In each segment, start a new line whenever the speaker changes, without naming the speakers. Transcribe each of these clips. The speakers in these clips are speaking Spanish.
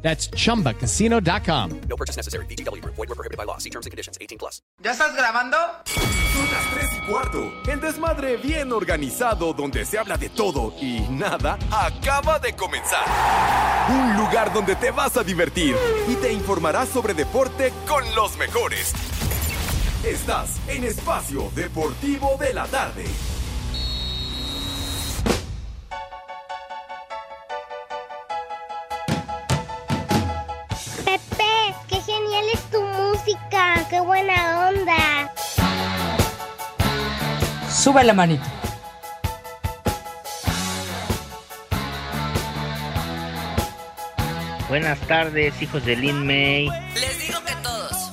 That's chumbacasino.com.
No purchase necessary. BGW. Void were prohibited by law. See terms and conditions. 18 plus.
¿Ya estás grabando?
Son las 3 y cuarto. El desmadre bien organizado donde se habla de todo y nada acaba de comenzar. Un lugar donde te vas a divertir y te informarás sobre deporte con los mejores. Estás en Espacio Deportivo de la Tarde.
Pepe, qué genial es tu música, qué buena onda.
Sube la manito.
Buenas tardes, hijos de Lin May.
Les digo que todos.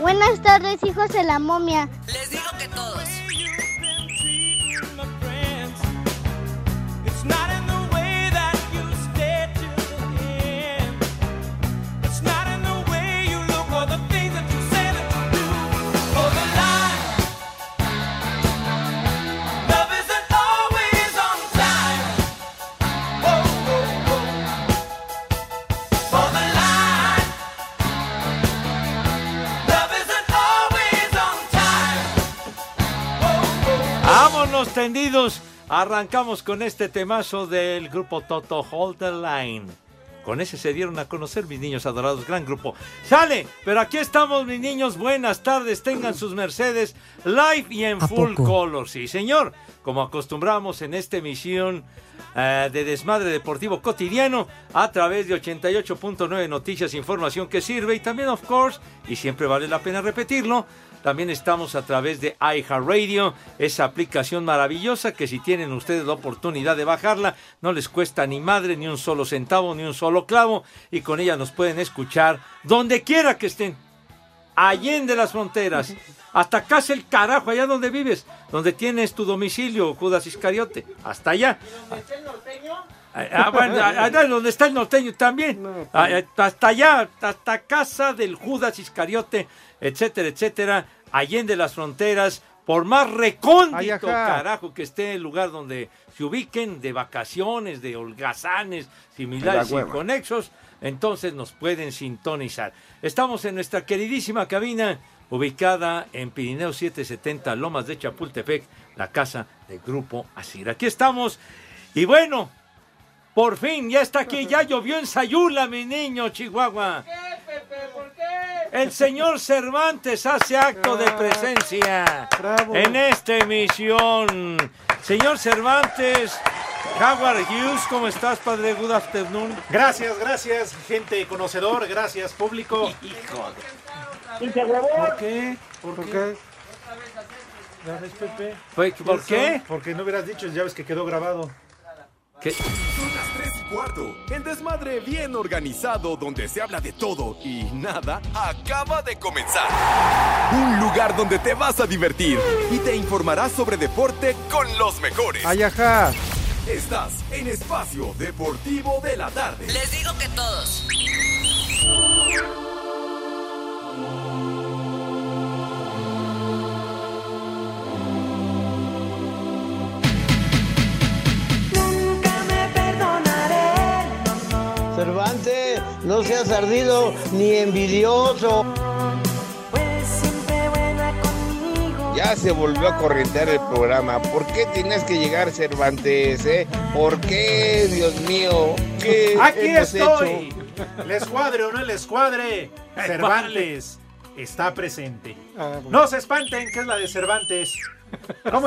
Buenas tardes, hijos de la momia.
Les digo que todos.
Vámonos tendidos. Arrancamos con este temazo del grupo Toto Hold the Line. Con ese se dieron a conocer mis niños adorados, gran grupo. ¡Sale! Pero aquí estamos, mis niños. Buenas tardes, tengan sus Mercedes live y en
¿A
full
poco?
color. Sí, señor. Como acostumbramos en esta emisión eh, de Desmadre Deportivo Cotidiano, a través de 88.9 Noticias, información que sirve. Y también, of course, y siempre vale la pena repetirlo, también estamos a través de iHeartRadio, esa aplicación maravillosa que si tienen ustedes la oportunidad de bajarla, no les cuesta ni madre, ni un solo centavo, ni un solo clavo, y con ella nos pueden escuchar donde quiera que estén, allende las fronteras, hasta casa el carajo, allá donde vives, donde tienes tu domicilio, Judas Iscariote, hasta allá. Ah, bueno, allá donde está el norteño también. Ah, eh, hasta allá, hasta casa del Judas Iscariote, etcétera, etcétera. Allende las fronteras, por más recóndito
Ay, ajá.
carajo que esté el lugar donde se ubiquen de vacaciones, de holgazanes, similares
De la
y
hueva.
conexos, entonces nos pueden sintonizar. Estamos en nuestra queridísima cabina, ubicada en Pirineo 770, Lomas de Chapultepec, la casa del Grupo Asir. Aquí estamos, y bueno, por fin, ya está aquí, ya llovió en Sayula, mi niño, Chihuahua. El señor Cervantes hace acto
Ah,
de presencia en esta emisión. Señor Cervantes, Howard Hughes, ¿cómo estás, padre? Good afternoon.
Gracias, gracias, gente conocedor, gracias, público.
Hijo
¿Por
qué?
¿Por qué? Ya ves, Pepe.
Pues, ¿por
Eso,
qué?
Porque no hubieras dicho, ya ves que quedó grabado.
¿Qué?
Son las 3 y cuarto. El desmadre bien organizado donde se habla de todo y nada acaba de comenzar. Un lugar donde te vas a divertir y te informarás sobre deporte con los mejores.
Ayaja.
Estás en Espacio Deportivo de la Tarde.
Les digo que todos.
Cervantes, no seas ardido ni envidioso.
Ya se volvió a corrientear el programa. ¿Por qué tienes que llegar Cervantes? Eh? ¿Por qué, Dios mío? ¿Qué
Aquí
hemos
estoy.
hecho?
El escuadre o no el escuadre, Cervantes está presente.
Ah,
No se espanten, que es la de Cervantes. ¿Cómo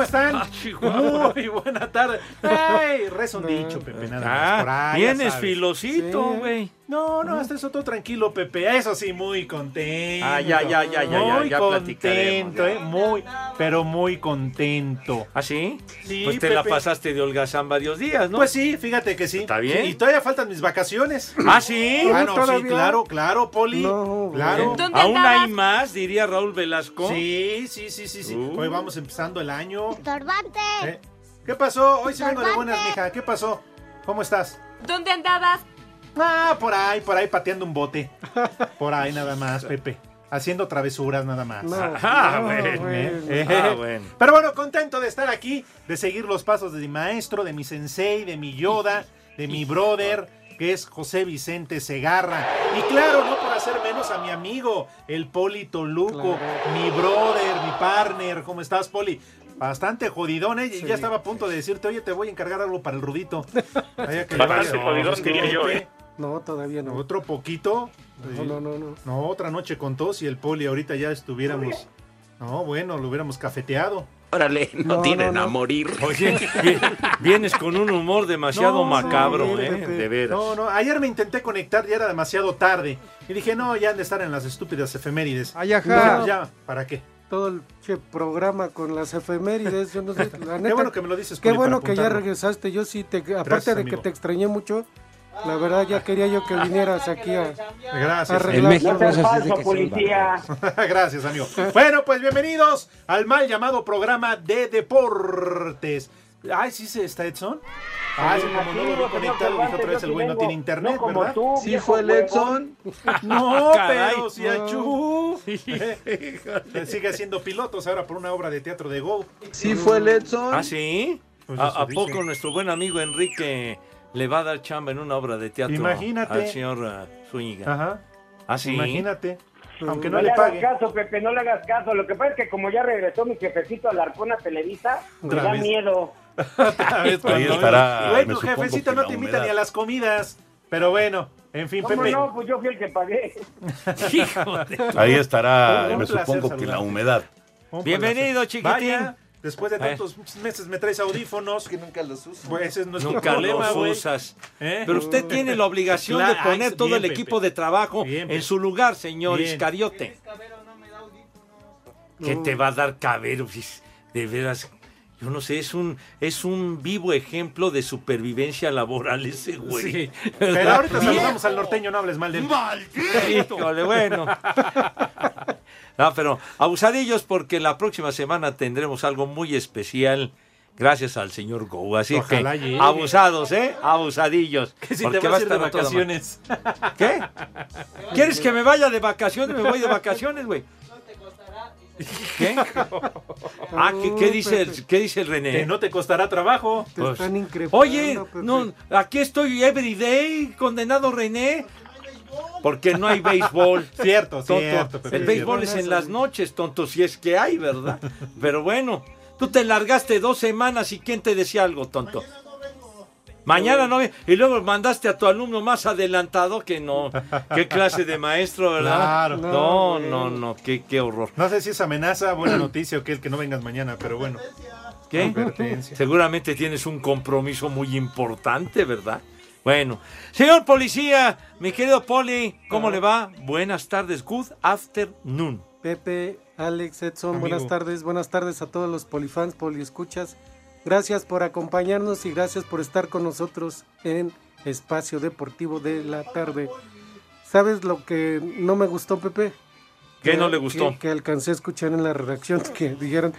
Ah,
están? Muy buena tarde. Ay, reza un dicho, Pepe, nada más.
Ah,
Por ahí, ya
vienes
sabes.
filosito, güey.
No, no, hasta eso todo tranquilo, Pepe. Eso sí, muy contento.
Ah, ya, ya, ya, ya, ya,
Muy
ya platicaremos.
contento, ¿eh? Muy, pero muy contento.
¿Ah, sí?
Sí,
Pues te la
Pepe.
pasaste de holgazán varios días, ¿no?
Pues sí, fíjate que sí.
¿Está bien?
Y todavía faltan mis vacaciones.
¿Ah, sí?
Ah, no, sí,
¿Todavía?
claro, claro, Poli.
No,
claro.
¿Dónde
¿Aún
andabas?
hay más? Diría Raúl Velasco.
Sí, sí, sí, sí, sí.
Uh.
Hoy vamos empezando el año.
Estorbante.
¿eh? ¿Qué pasó? Hoy sí vengo de
Salvate.
buenas, mija. ¿Qué pasó? ¿Cómo estás?
¿Dónde andabas?
Ah, por ahí, por ahí pateando un bote. Por ahí nada más, Pepe. Haciendo travesuras nada más.
no,
Ah,
no,
bueno.
bueno.
Eh,
Ah, bueno.
Pero bueno, contento de estar aquí, de seguir los pasos de mi maestro, de mi sensei, de mi Yoda, de mi brother, que es José Vicente Segarra. Y claro, no por hacer menos a mi amigo, el Poli Toluco, mi brother, mi partner. ¿Cómo estás, Poli? Bastante jodidón, ¿eh? Y Ya estaba a punto de decirte, oye, te voy a encargar algo para el rudito. Vaya que le
Bastante
vaya.
jodidón,
diría yo, ¿eh?
No, todavía no.
Otro poquito.
No, no, no, no.
No, otra noche con tos y el poli ahorita ya estuviéramos. No, bueno, lo hubiéramos cafeteado.
Órale, no,
No,
tienen
no, no.
a morir.
Oye, vi- vienes con un humor demasiado
No, no,
macabro,
no,
¿eh?
Pepe.
De veras.
No, no, ayer me intenté conectar, ya era demasiado tarde. Y dije, no, ya han de estar en las estúpidas efemérides.
Ay, ajá.
Entonces, ya, ¿para qué?
Todo el che, programa con las efemérides. Yo no sé, la neta,
Qué bueno que me lo dices,
Qué
Poli,
bueno
para
que ya
apuntarlo.
regresaste. Yo sí te, aparte
Gracias,
de
amigo.
que te extrañé mucho, la verdad ya quería yo que vinieras aquí a
Gracias.
En México
No seas
eso sí
falso, policía. Gracias, amigo. Bueno, pues bienvenidos al mal llamado programa de deportes. Ay, sí se está Edson. Ah, sí, como no lo vi conectado, dije otra vez el güey no tiene internet, ¿verdad?
Sí fue el Edson.
No,
Ah,
Caray.
pero si achú. Sigue siendo pilotos ahora por una obra de teatro de Go.
Sí fue el Edson.
¿Ah, sí?
Pues eso
¿A, a
dice.
poco nuestro buen amigo Enrique le va a dar chamba en una obra de teatro
Imagínate.
al señor ah, Zúñiga?
Ajá.
¿Ah, sí?
Imagínate.
Mm,
Aunque
No
no le pague.
caso, Pepe, no le hagas caso. Lo que pasa es que como ya regresó mi jefecito a la Arcona Televisa,
me Otra da vez.
miedo.
Otra vez cuando-
Ahí estará,
Güey,
me
tu
supongo
jefecito
que
no
la
te invita
humedad.
ni a las comidas. Pero bueno, en fin, Pepe.
Pues yo fui el que pagué.
Ahí
Un-
estará,
un
Ah, me
placer
supongo que
saludarte.
la humedad.
Un
Bienvenido,
placer.
chiquitín.
Vaya, después de
Vaya.
tantos meses me traes audífonos.
que nunca los uso.
Pues ese es nuestro
Nunca
problema,
los
güey.
usas.
¿Eh?
Pero usted tiene la obligación
Claro,
de poner
ay,
todo
bien,
el
Pepe.
equipo de trabajo
Bien, Pepe.
en su lugar, señor
Bien.
Iscariote. ¿Qué te va a dar cabero? Pues, De veras, yo no sé, es un, es un vivo ejemplo de supervivencia laboral ese güey.
Sí. Pero
¿Verdad?
ahorita saludamos al norteño, no hables mal de él.
Híjole, bueno. No, pero abusadillos porque la próxima semana tendremos algo muy especial gracias al señor Go. Así
Ojalá
que
llegue.
abusados, ¿eh? Abusadillos.
Que si
porque
te
va
vas a ir de
estar a toda madre.
vacaciones.
¿Qué? ¿Quieres que me vaya de vacaciones? Me voy de vacaciones, güey. ¿Qué? Ah, ¿qué, qué dice, el, qué dice el
Que
René?
no te costará trabajo.
Te
Pues,
están increpando.
Oye,
Pepe.
no, aquí estoy everyday, condenado René. Porque no hay béisbol.
Cierto,
Tonto.
cierto, Pepe.
el béisbol
cierto.
es en las noches, tonto, si es que hay, ¿verdad? Pero bueno, tú te largaste dos semanas y ¿quién te decía algo, tonto? Mañana no ve Y luego mandaste a tu alumno más adelantado que no. ¿Qué clase de maestro, verdad?
Claro.
No,
No, no, no, qué, qué horror.
No sé si es amenaza, buena noticia o que el que no vengas mañana, pero bueno.
¿Qué?
Advertencia.
Seguramente tienes un compromiso muy importante, ¿verdad? Bueno, señor policía, mi querido Poli, ¿cómo le va? Buenas tardes, good afternoon.
Pepe, Alex, Edson,
Amigo.
buenas tardes. Buenas tardes a todos los polifans, poliescuchas. Gracias por acompañarnos y gracias por estar con nosotros en Espacio Deportivo de la Tarde. ¿Sabes lo que no me gustó, Pepe?
¿Qué
Que-
no le gustó?
Que, que alcancé a escuchar en la redacción que dijeron,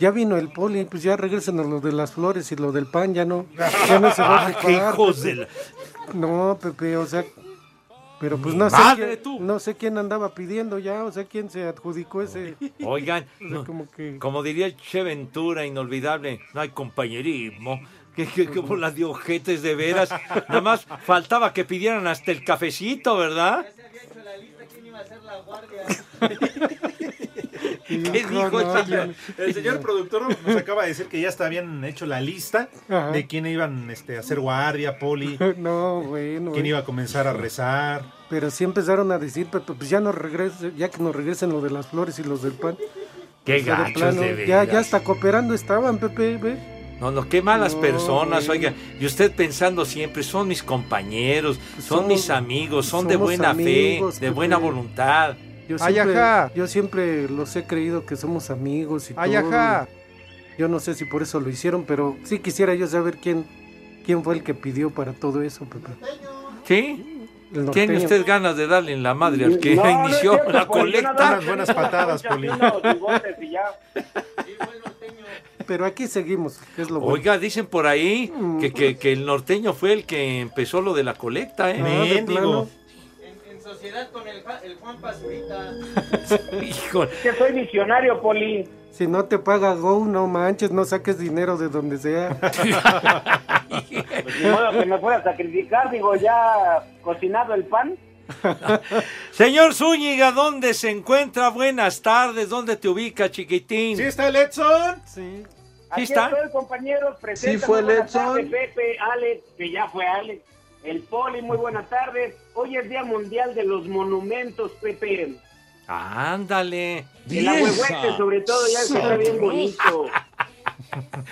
ya vino el poli, pues ya regresen a lo de las flores y lo del pan, ya no, ya no se va a
¡Ah, qué
preparar.
hijos de la-
No, Pepe, o sea, pero pues
Ni
no sé,
madre,
quién,
tú.
no sé quién andaba pidiendo ya, o sea, quién se adjudicó ese...
Oigan,
o sea,
no,
como que...
como diría el Che Ventura, inolvidable, no hay compañerismo. Que, que, que bola de ojetes de veras. Nada más faltaba que pidieran hasta el cafecito, ¿verdad? ¿Qué
Hijo,
dijo
no,
esa-
yo-
El señor productor nos acaba de decir que ya está habían hecho la lista
Ajá.
de quién iban este, a hacer guardia, poli,
No, bueno.
quién
eh.
iba a comenzar a rezar.
Pero sí empezaron a decir, Pepe, pues ya no regrese, ya que nos regresen lo de las flores y los del pan.
Qué
O sea, de
gachos
plano,
de veras.
ya, ya hasta cooperando estaban, Pepe, ve.
No, no, qué malas
eh".
personas, oiga. Y usted pensando siempre, son mis compañeros, son
Somos-
mis amigos, son de
somos
buena
amigos, eh.
fe, de buena
Pepe.
voluntad.
Yo
Ay,
siempre,
ajá.
yo siempre los he creído que somos amigos y
Ay,
todo.
ajá.
Yo no sé si por eso lo hicieron, pero sí quisiera yo saber quién, quién fue el que pidió para todo eso, Pepe.
¿Sí?
El norteño.
¿Tiene usted ganas de darle en la madre al que
No, no es
inició
cierto,
la
pues,
Poli, yo nada
colecta?
más Unas buenas patadas, Poli. Pero aquí seguimos, que es lo bueno.
Oiga, dicen por ahí
Mm.
que, que- que el norteño fue el que empezó lo de la colecta, ¿eh?
Ah, de
Mendigo.
plano.
En sociedad con el, Juan Pazurita.
Que soy visionario, Poli.
Si no te paga Go, no manches, no saques dinero de donde sea.
Pues ni modo que me fuera a sacrificar, digo, ya cocinado el pan.
Señor Zúñiga, ¿dónde se encuentra? Buenas tardes, ¿dónde te ubica, chiquitín? ¿Sí
está el Edson?
Sí.
¿Sí
Aquí
está?
estoy, compañeros. presentes.
fue
Muy buenas
Edson.
tardes, Pepe, Alex, que ya fue Alex. El Poli, muy buenas tardes. Hoy es Día Mundial de los Monumentos, Pepe.
Ándale.
El ahuehuete, sobre todo, ya que está bien bonito.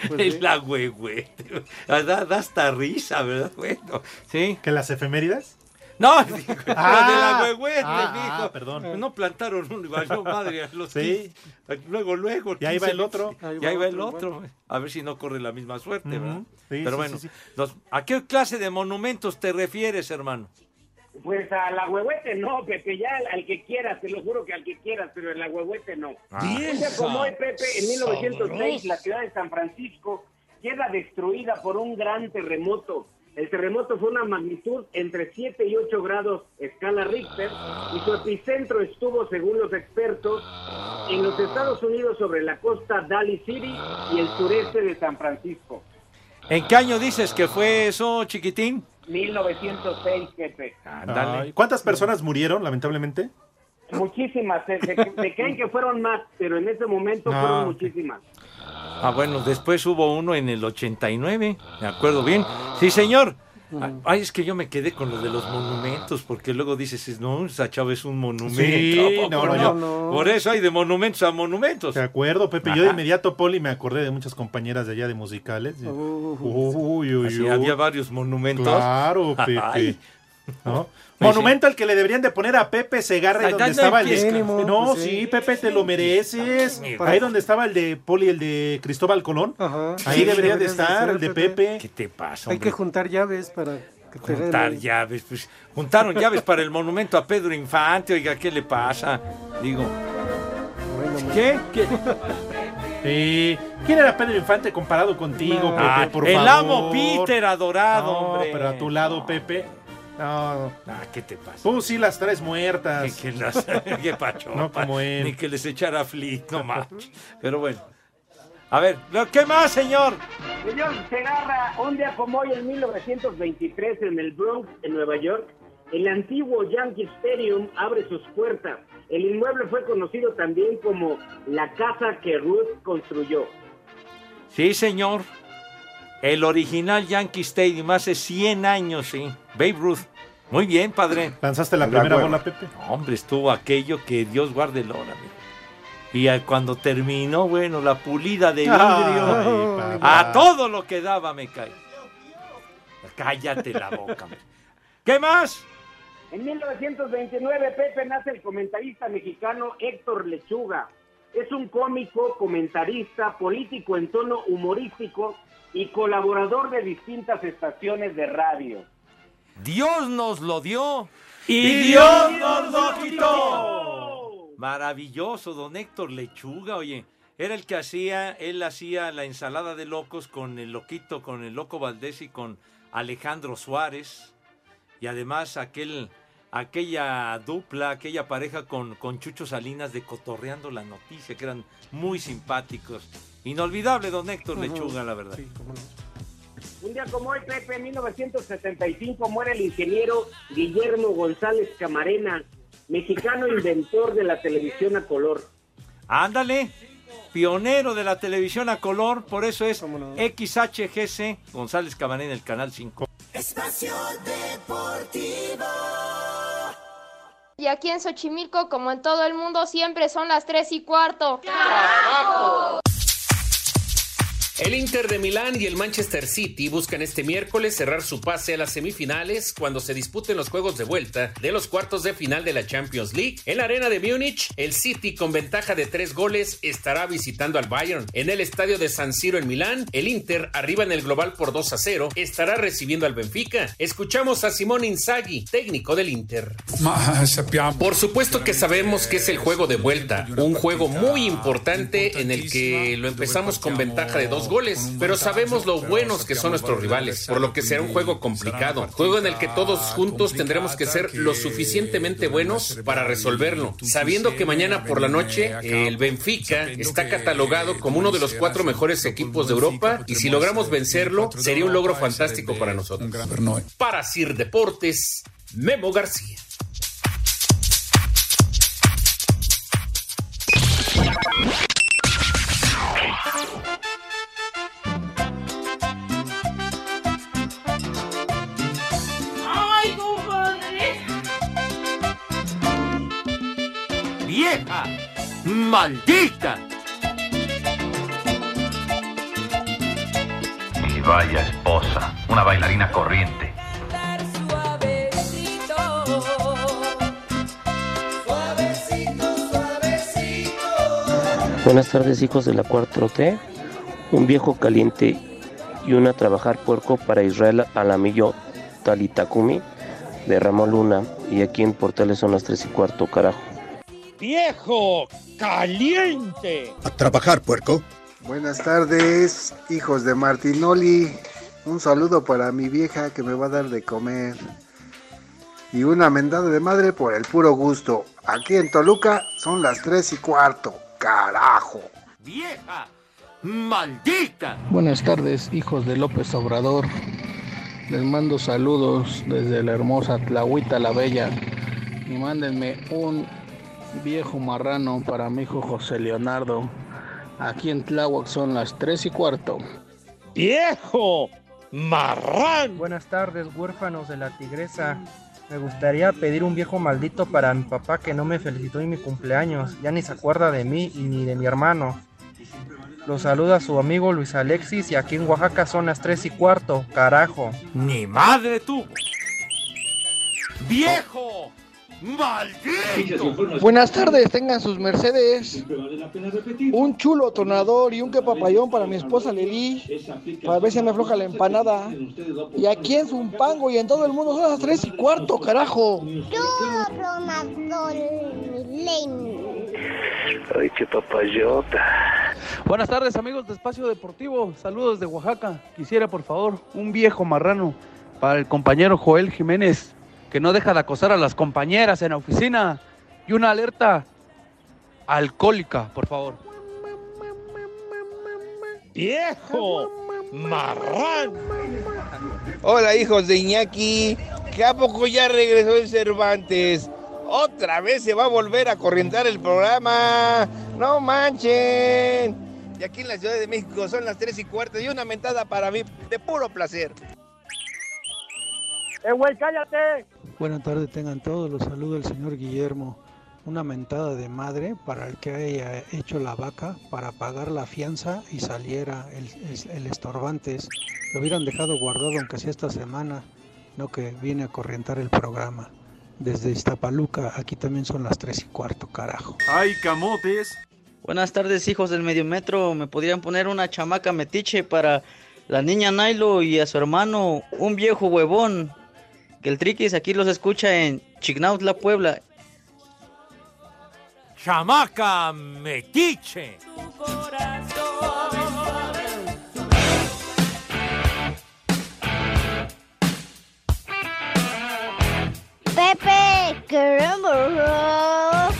Pues
El agüehuete. Da, da hasta risa, ¿verdad? Bueno, ¿sí?
¿Que las efemérides?
No, digo,
Ah,
lo del agüehuete,
ah,
mijo.
ah, perdón.
No plantaron un valió madre a los
Sí.
15. Luego, luego.
Y ahí va
15,
el otro.
Y ahí va el otro. A ver si no corre la misma suerte,
Ujú.
¿verdad?
Sí,
Pero
sí,
bueno,
sí,
los- ¿a qué clase de monumentos te refieres, hermano?
Pues al ahuehuete no, Pepe, ya al, al que quieras, te lo juro que al que quieras, pero el ahuehuete no.
Ah.
Un día como hoy, Pepe, en 1906,
Sabroso.
la ciudad de San Francisco queda destruida por un gran terremoto. El terremoto fue una magnitud entre 7 y 8 grados escala Richter y su epicentro estuvo, según los expertos, en los Estados Unidos sobre la costa Daly City y el sureste de San Francisco.
¿En qué año dices que fue eso, chiquitín?
1906, Pepe.
Ay, ¿Cuántas personas murieron, lamentablemente?
Muchísimas, se, se- se creen que fueron más, pero en ese momento
No.
fueron
pues,
muchísimas.
Ah, bueno, después hubo uno en el 89, me acuerdo bien. Sí, señor. Ah, Ay, es que yo me quedé con lo de los monumentos, porque luego dices, no, esa chava es un monumento. ¿a
Sí,
poco
no, no, yo-
Por eso hay de monumentos a monumentos.
De acuerdo, Pepe. Yo de
Ajá.
inmediato, Poli, me acordé de muchas compañeras de allá de musicales. Uy, uy,
Así
uy.
había varios monumentos.
Claro, Pepe.
Ay.
¿No? Monumento al que le deberían de poner a Pepe Segarra
Ay,
ahí donde
no
estaba el
empiezca.
de...
Mínimo,
No,
pues,
sí, Pepe, te lo mereces.
mierda.
Ahí donde estaba el de Poli, el de Cristóbal Colón. Ahí
Sí,
debería
deberías
de
de
estar
ser,
el de
Pepe.
Pepe.
¿Qué te pasa,
Hay que
hombre?
juntar llaves para que te den
Juntar
el-
llaves, pues. Juntaron llaves para el monumento a Pedro Infante, oiga, ¿qué le pasa? Digo. ¿Qué? ¿Qué?
Sí. ¿Quién era Pedro Infante comparado contigo, Pepe?
Ah,
por
el
favor?
amo Peter adorado,
No,
hombre.
pero a tu lado, Pepe. No.
Ah, ¿qué te pasa?
Tú sí las traes muertas.
Que las- qué pacho.
No como él.
Ni que les echara flit, no manches. Pero bueno. A ver, ¿lo- ¿qué más, señor?
Señor Segarra, un día como hoy en 1923 en el Bronx, en Nueva York, el antiguo Yankee Stadium abre sus puertas. El inmueble fue conocido también como la casa que Ruth construyó.
Sí, señor. El original Yankee Stadium hace 100 años, sí. Babe Ruth. Muy bien, padre.
¿Lanzaste la primera
hueva.
bola, Pepe?
Hombre, estuvo aquello que Dios guarde el hora, amigo. Y eh, cuando terminó, bueno, la pulida del vidrio.
Ay, papá.
a todo lo que daba me caí. Cállate la boca. hombre. ¿Qué más?
En 1929, Pepe nace el comentarista mexicano Héctor Lechuga. Es un cómico, comentarista, político en tono humorístico y colaborador de distintas estaciones de radio.
Dios nos lo dio y,
Dios
Dios nos lo
quitó.
quitó. Maravilloso, don Héctor Lechuga, oye. Era el que hacía, él hacía la ensalada de locos con el loquito, con el loco Valdés y con Alejandro Suárez. Y además aquel, aquella dupla, aquella pareja con, con Chucho Salinas de Cotorreando la Noticia, que eran muy simpáticos. Inolvidable, don Héctor
Ujú,
Lechuga, la verdad.
Un día como hoy, Pepe, en 1975 muere el ingeniero Guillermo González Camarena, mexicano inventor de la televisión a color.
Ándale, pionero de la televisión a color, por eso es XHGC González Camarena, el canal 5.
Espacio Deportivo.
Y aquí en Xochimilco, como en todo el mundo, siempre son las 3 y cuarto.
El Inter de Milán y el Manchester City buscan este miércoles cerrar su pase a las semifinales cuando se disputen los juegos de vuelta de los cuartos de final de la Champions League. En la arena de Múnich, el City con ventaja de tres goles estará visitando al Bayern. En el estadio de San Siro en Milán, el Inter arriba en el global por 2 a 0 estará recibiendo al Benfica. Escuchamos a Simón Inzaghi, técnico del Inter. Por supuesto que sabemos que es el juego de vuelta, un juego muy importante en el que lo empezamos con ventaja de dos goles, pero sabemos lo buenos que son nuestros rivales, por lo que será un juego complicado, juego en el que todos juntos tendremos que ser lo suficientemente buenos para resolverlo, sabiendo que mañana por la noche el Benfica está catalogado como uno de los cuatro mejores equipos de Europa y si logramos vencerlo sería un logro fantástico para nosotros. Para Sir Deportes, Memo García.
¡Ay, compadre!
¡Vieja! ¡Maldita!
Y vaya esposa, una bailarina corriente.
Suavecito. Suavecito, suavecito.
Buenas tardes hijos de la 4T. Un viejo caliente y una trabajar puerco para Israel Alamillo Talitakumi de Ramón Luna. Y aquí en Portales son las 3 y cuarto, carajo.
¡Viejo caliente!
A trabajar, puerco.
Buenas tardes, hijos de Martinoli. Un saludo para mi vieja que me va a dar de comer. Y una mendada de madre por el puro gusto. Aquí en Toluca son las 3 y cuarto. Carajo.
¡Vieja! ¡Maldita!
Buenas tardes, hijos de López Obrador. Les mando saludos desde la hermosa Tlahuita la Bella. Y mándenme un viejo marrano para mi hijo José Leonardo. Aquí en Tláhuac son las 3 y cuarto.
¡Viejo! ¡Marrán!
Buenas tardes, huérfanos de la tigresa. Me gustaría pedir un viejo maldito para mi papá que no me felicitó en mi cumpleaños. Ya ni se acuerda de mí y ni de mi hermano. Los saluda su amigo Luis Alexis y aquí en Oaxaca son las 3 y cuarto. Carajo.
¡Ni madre tú! ¡Viejo! ¡Maldito!
Buenas tardes, tengan sus Mercedes. Un chulo tornador y un quepapayón para mi esposa Lili. Para ver si me afloja la empanada. Y aquí en Zumpango y en todo el mundo son las 3 y cuarto, carajo.
Yo, Ronaldo Lane.
Ay, qué papayota.
Buenas tardes, amigos de Espacio Deportivo. Saludos de Oaxaca. Quisiera, por favor, un viejo marrano para el compañero Joel Jiménez, que no deja de acosar a las compañeras en la oficina. Y una alerta alcohólica, por favor.
¡Viejo marrán!
Hola, hijos de Iñaki. ¿Que a poco ya regresó el Cervantes? Otra vez se va a volver a corrientar el programa. No manchen. Y aquí en la Ciudad de México son las 3 y cuarto y una mentada para mí de puro placer.
¡Eh, güey, cállate!
Buenas tardes, tengan todos. Los saludos del señor Guillermo. Una mentada de madre para el que haya hecho la vaca para pagar la fianza y saliera el, el- el estorbantes. Lo hubieran dejado guardado aunque sea esta semana, no que viene a corrientar el programa. Desde Iztapaluca, aquí también son las tres y cuarto, carajo.
¡Ay, camotes! Buenas tardes, hijos del medio metro. ¿Me podrían poner una chamaca metiche para la niña Nailo y a su hermano, un viejo huevón? Que el Triquis aquí los escucha en Chignautla, Puebla.
¡Chamaca metiche!
Pepe, caramba.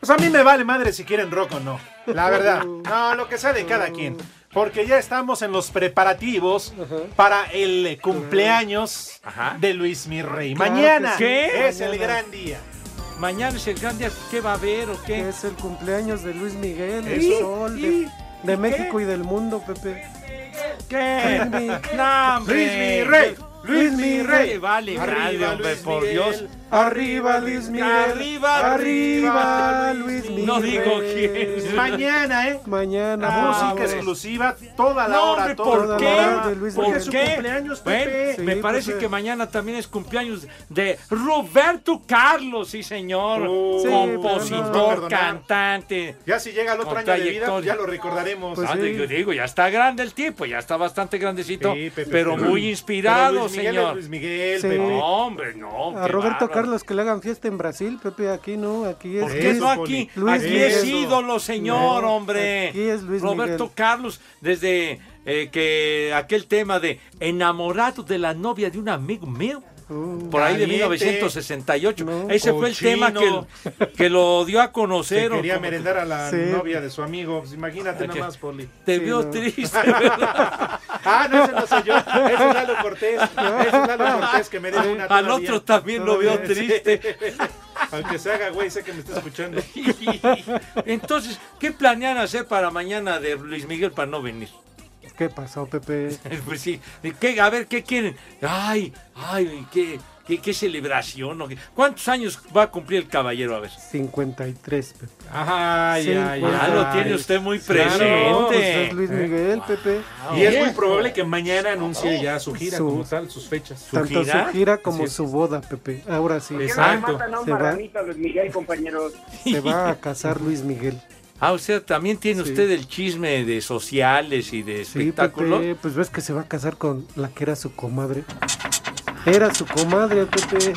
Pues a mí me vale madre si quieren rock o no. La verdad. No, lo que sea de
Mm.
cada quien. Porque ya estamos en los preparativos para el cumpleaños de Luis Mirrey.
Claro
Mañana
que sí.
es el
Mañana.
gran día.
Mañana es el gran día. ¿Qué va a haber o qué?
Es el cumpleaños de Luis Miguel,
el
el
¿Y?
sol
sol de- ¿Y?
de,
de ¿Y
México
México
y del mundo, Pepe.
¿Qué?
Luis Miguel.
¡No, hombre!
Luis Miguel, Luis Miguel.
Vale, vale,
Arriba,
hombre,
Luis
por
Miguel.
Dios.
Arriba Luis Miguel.
Arriba,
arriba
arriba,
Luis Miguel.
No digo quién. Mañana, ¿eh?
Mañana.
música
vamos.
exclusiva toda la
No,
hora.
hombre,
toda
¿por
la
qué?
hora.
Luis
Porque
Miguel.
es su
¿Por qué?
cumpleaños,
Bueno,
Pepe. pues
me parece que mañana también es cumpleaños de Roberto Carlos, sí señor,
Oh. Sí,
compositor,
pero no.
cantante.
Ya si llega el otro
Con
año de vida, pues
trayectoria.
ya lo recordaremos.
Pues
Ah, digo, digo, ya está grande el tipo, ya está bastante grandecito, pero muy
Pero
inspirado,
Luis Miguel
señor.
es Luis Miguel,
Sí.
Pepe.
No, hombre, no.
A
qué
Roberto
bárbaro.
Carlos que le hagan fiesta en Brasil, Pepe, aquí no, aquí es.
¿Por qué no aquí? aquí es ídolo, señor,
No,
hombre.
Aquí es Luis
Roberto
Miguel.
Carlos, desde eh, que aquel tema de enamorado de la novia de un amigo mío. Por ahí de
Caliente.
1968. Ese fue el tema
Cochino.
que, que lo dio a conocer.
Se quería merendar a la
Sí.
novia de su amigo. Pues imagínate
Ok.
nada más, Poli.
Te veo triste, ¿verdad?
ah, no, ese no soy yo. Es un Lalo Cortés. Es un Lalo Cortés que me debe una
Al
todavía.
otro también lo veo
Todavía, sí.
triste.
Aunque se haga, güey, sé que me está escuchando.
Entonces, ¿qué planean hacer para mañana de Luis Miguel para no venir?
¿Qué pasó, Pepe?
Pues sí. ¿Qué- a ver, ¿qué quieren? Ay, ay, qué, qué, qué celebración. ¿no? ¿Cuántos años va a cumplir el caballero? A ver.
53, Pepe.
Ay, ay,
Ya lo
pues, ay.
tiene usted muy
Claro,
presente. Eh.
pues es Luis Miguel, Pepe.
Y es muy probable que mañana anuncie ya su gira
Su-
como tal, sus fechas.
Tanto su gira
Así
como
es.
su boda, Pepe. Ahora sí.
Exacto.
Matan a un
Se va,
marranito, Luis Miguel, compañeros.
se va a casar Luis Miguel.
Ah, o sea, también tiene usted el chisme de sociales y de
Sí,
espectáculos.
Pepe, pues ves que se va a casar con la que era su comadre. Era su comadre, Pepe.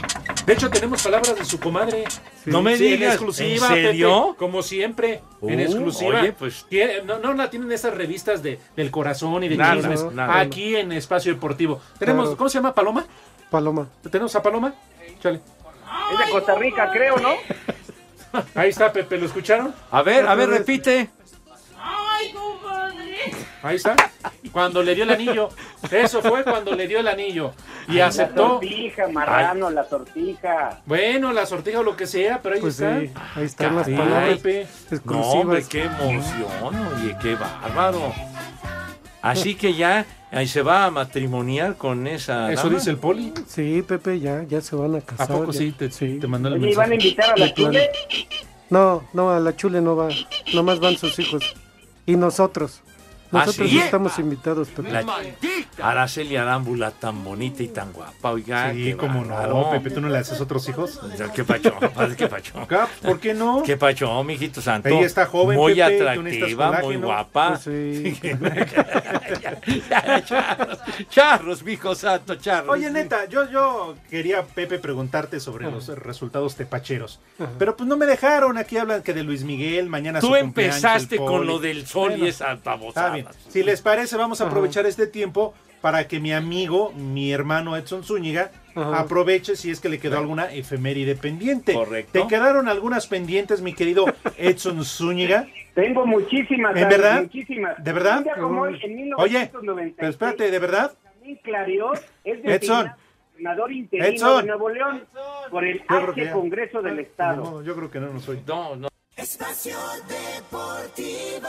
De hecho, tenemos palabras de su comadre.
Sí. No me digas,
En exclusiva,
¿en serio?
Pepe, como siempre, en
Uh,
exclusiva.
oye, pues.
Tiene- No, no la tienen esas revistas de, del corazón y de
Nada,
chismes.
nada.
Aquí en Espacio Deportivo. Tenemos,
Claro.
¿cómo se llama? ¿Paloma?
Paloma.
¿Tenemos a Paloma? Chale.
Es de Costa Rica, creo, ¿no?
Ahí está, Pepe, ¿lo escucharon?
A ver, a ver, repite.
Ay, compadre.
Ahí está. Cuando le dio el anillo. Eso fue cuando le dio el anillo. Y
La
aceptó.
tortija, marrano, la tortija.
Bueno, la sortija o lo que sea, pero ahí
Pues sí,
está.
ahí están las
Caray,
palabras
Pepe.
No,
exclusivas.
hombre, qué emoción, oye, qué bárbaro. Así que ya ahí se va a matrimoniar con esa.
Eso
dama.
dice el poli.
Sí, Pepe, ya, ya se van a casar.
poco
ya.
sí? Te- mandó el
Oye, ¿y van a invitar a
De
la
plano.
chile?
No, no, a la chule no va. Nomás van sus hijos. Y nosotros.
¿Ah,
Nosotros
sí?
no estamos invitados, Pepe.
La Araceli Arámbula, tan bonita y tan guapa, oiga.
Sí,
qué
cómo no,
bárbaro.
Pepe, ¿tú no le haces otros hijos?
Qué pacho, padre, qué pacho.
¿Por qué no?
Qué pacho, mijito santo.
Ella está joven,
Muy
Pepe, tú necesitas
atractiva, muy
colágeno.
guapa.
Pues sí.
charros, charros, mijo santo, charros.
Oye, neta, yo, yo quería, Pepe, preguntarte sobre los resultados tepacheros. Pero pues no me dejaron. Aquí hablan que de Luis Miguel, mañana
Tú
su cumpleaños,
empezaste
el
con
Poli.
lo del sol
Bueno,
y esas
Está bien.
babosadas.
Si les parece, vamos a aprovechar este tiempo para que mi amigo, mi hermano Edson Zúñiga,
Ajá.
aproveche si es que le quedó alguna efeméride pendiente.
Correcto.
¿Te quedaron algunas pendientes, mi querido Edson Zúñiga?
Tengo muchísimas.
¿En
Alex,
verdad?
Muchísimas.
¿De verdad?
Un día como hoy, en
Oye,
1996,
pero espérate, ¿de verdad?
Benjamín Clarió es
Edson.
designado gobernador interino
Edson.
de Nuevo León por el
Yo creo que
H
ya. Ah,
Congreso Ah, del Estado.
No, yo creo que no, no soy.
No, no.
Espacio Deportivo.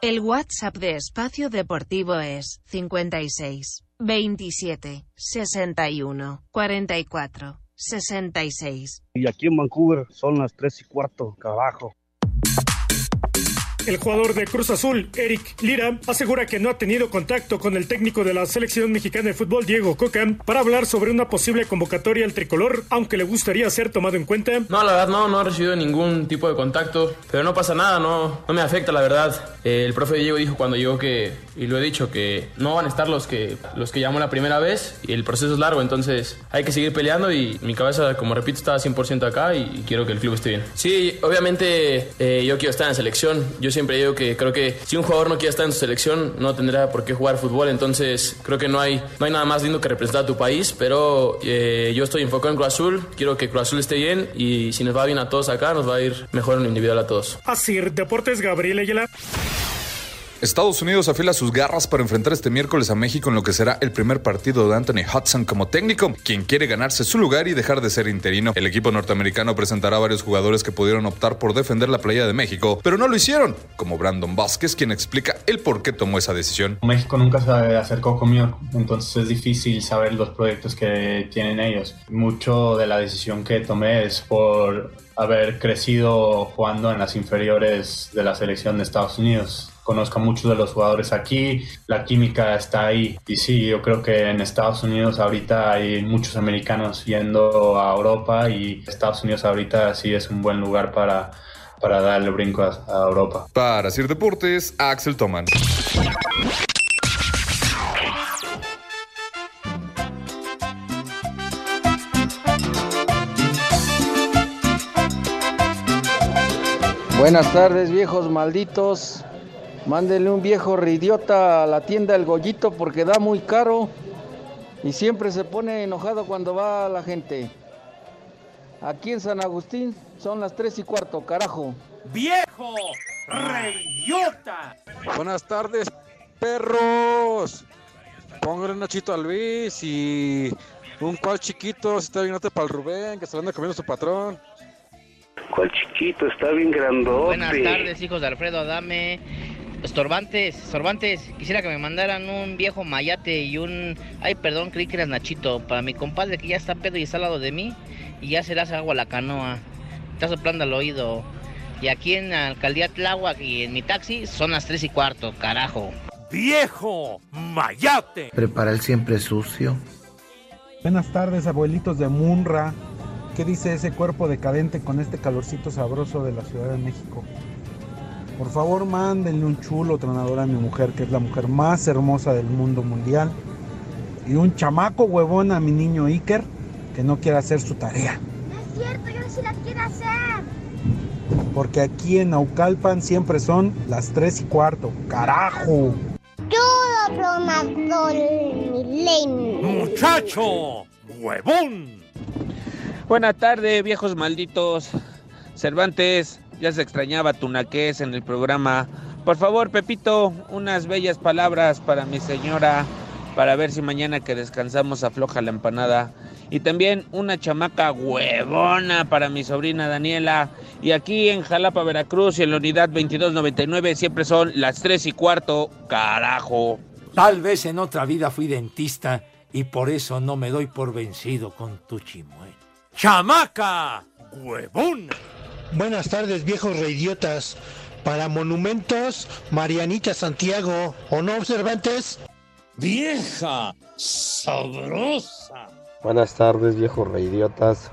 El WhatsApp de Espacio Deportivo es 56 27 61 44 66.
Y aquí en Vancouver son las 3 y cuarto, abajo.
El jugador de Cruz Azul, Eric Lira, asegura que no ha tenido contacto con el técnico de la selección mexicana de fútbol, Diego Coca, para hablar sobre una posible convocatoria al tricolor, aunque le gustaría ser tomado en cuenta.
No, la verdad no, no he recibido ningún tipo de contacto, pero no pasa nada, no, no me afecta la verdad. Eh, el profe Diego dijo cuando llegó que, y lo he dicho, que no van a estar los que, los que llamó la primera vez y el proceso es largo, entonces hay que seguir peleando y mi cabeza, como repito, está 100% acá y, y quiero que el club esté bien. Sí, obviamente eh, yo quiero estar en la selección, yo siempre digo que creo que si un jugador no quiere estar en su selección no tendrá por qué jugar fútbol, entonces creo que no hay, no hay nada más lindo que representar a tu país, pero eh, yo estoy enfocado en Cruz Azul, quiero que Cruz Azul esté bien y si nos va bien a todos acá, nos va a ir mejor en lo individual a todos.
Así, Deportes Gabriel Ayala.
Estados Unidos afila sus garras para enfrentar este miércoles a México en lo que será el primer partido de Anthony Hudson como técnico, quien quiere ganarse su lugar y dejar de ser interino. El equipo norteamericano presentará varios jugadores que pudieron optar por defender la playa de México, pero no lo hicieron, como Brandon Vázquez, quien explica el por qué tomó esa decisión.
México nunca se acercó conmigo, entonces es difícil saber los proyectos que tienen ellos. Mucho de la decisión que tomé es por haber crecido jugando en las inferiores de la selección de Estados Unidos. Conozco a muchos de los jugadores aquí, la química está ahí. Y sí, yo creo que en Estados Unidos ahorita hay muchos americanos yendo a Europa y Estados Unidos ahorita sí es un buen lugar para, para darle brinco a, a Europa.
Para Sir Deportes, Axel Toman.
Buenas tardes, viejos malditos. Mándenle un viejo ridiota a la tienda El Gollito porque da muy caro y siempre se pone enojado cuando va la gente. Aquí en San Agustín son las 3 y cuarto, carajo.
¡Viejo reyota!
Buenas tardes, perros. Póngale Pues, un ochito a Luis y un cual chiquito si está bien para el Rubén que se lo anda comiendo su patrón.
¿Cuál chiquito? Está bien grandote.
Buenas tardes, hijos de Alfredo Adame. Estorbantes, Sorbantes, quisiera que me mandaran un viejo mayate y un. Ay, perdón, creí que eras Nachito. Para mi compadre que ya está pedo y está al lado de mí y ya se le hace agua a la canoa. Está soplando al oído. Y aquí en la alcaldía Tláhuac y en mi taxi son las 3 y cuarto, carajo.
¡Viejo mayate!
Prepara el siempre sucio.
Buenas tardes, abuelitos de Munra. ¿Qué dice ese cuerpo decadente con este calorcito sabroso de la Ciudad de México? Por favor, mándenle un chulo tronador a mi mujer, que es la mujer más hermosa del mundo mundial. Y un chamaco huevón a mi niño Iker, que no quiere hacer su tarea.
Es cierto, yo sí la quiero hacer.
Porque aquí en Naucalpan siempre son las 3 y cuarto. ¡Carajo!
Chulo tronador, mi
eh,
¡Muchacho! ¡Huevón!
Buenas tardes, viejos malditos. Cervantes, ya se extrañaba tu naquez en el programa. Por favor, Pepito, unas bellas palabras para mi señora, para ver si mañana que descansamos afloja la empanada. Y también una chamaca huevona para mi sobrina Daniela. Y aquí en Jalapa, Veracruz, y en la unidad 2299, siempre son las 3 y cuarto. Carajo.
Tal vez en otra vida fui dentista y por eso no me doy por vencido con tu chimuelo. ¡Chamaca! ¡Huevón!
Buenas tardes, viejos reidiotas. Para monumentos, Marianita Santiago, ¿o no, Cervantes?
¡Vieja! ¡Sabrosa!
Buenas tardes, viejos reidiotas.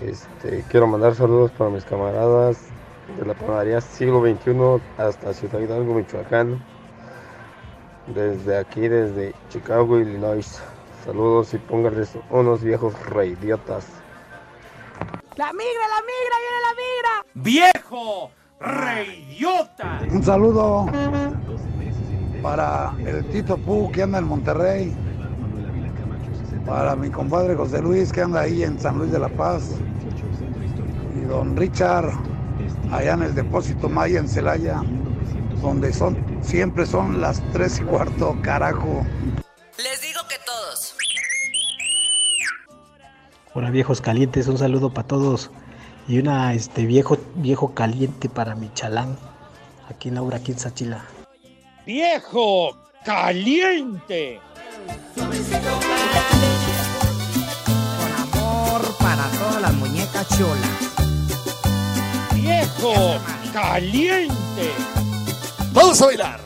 Este, quiero mandar saludos para mis camaradas de la panadería Siglo XXI hasta Ciudad Hidalgo, Michoacán. Desde aquí, desde Chicago, Illinois. Saludos y pónganles unos viejos reidiotas.
La migra, la migra, viene la migra.
¡Viejo reidiota!
Un saludo para el Tito Pú que anda en Monterrey. Para mi compadre José Luis que anda ahí en San Luis de la Paz. Y don Richard allá en el depósito Maya en Celaya. Donde son, siempre son las tres y cuarto, carajo.
Les digo que todos.
Hola viejos calientes, un saludo para todos y una este viejo viejo caliente para mi chalán aquí en Aura aquí en Sachila.
Viejo caliente.
Con amor para todas las muñecas cholas.
Viejo caliente.
Vamos a bailar.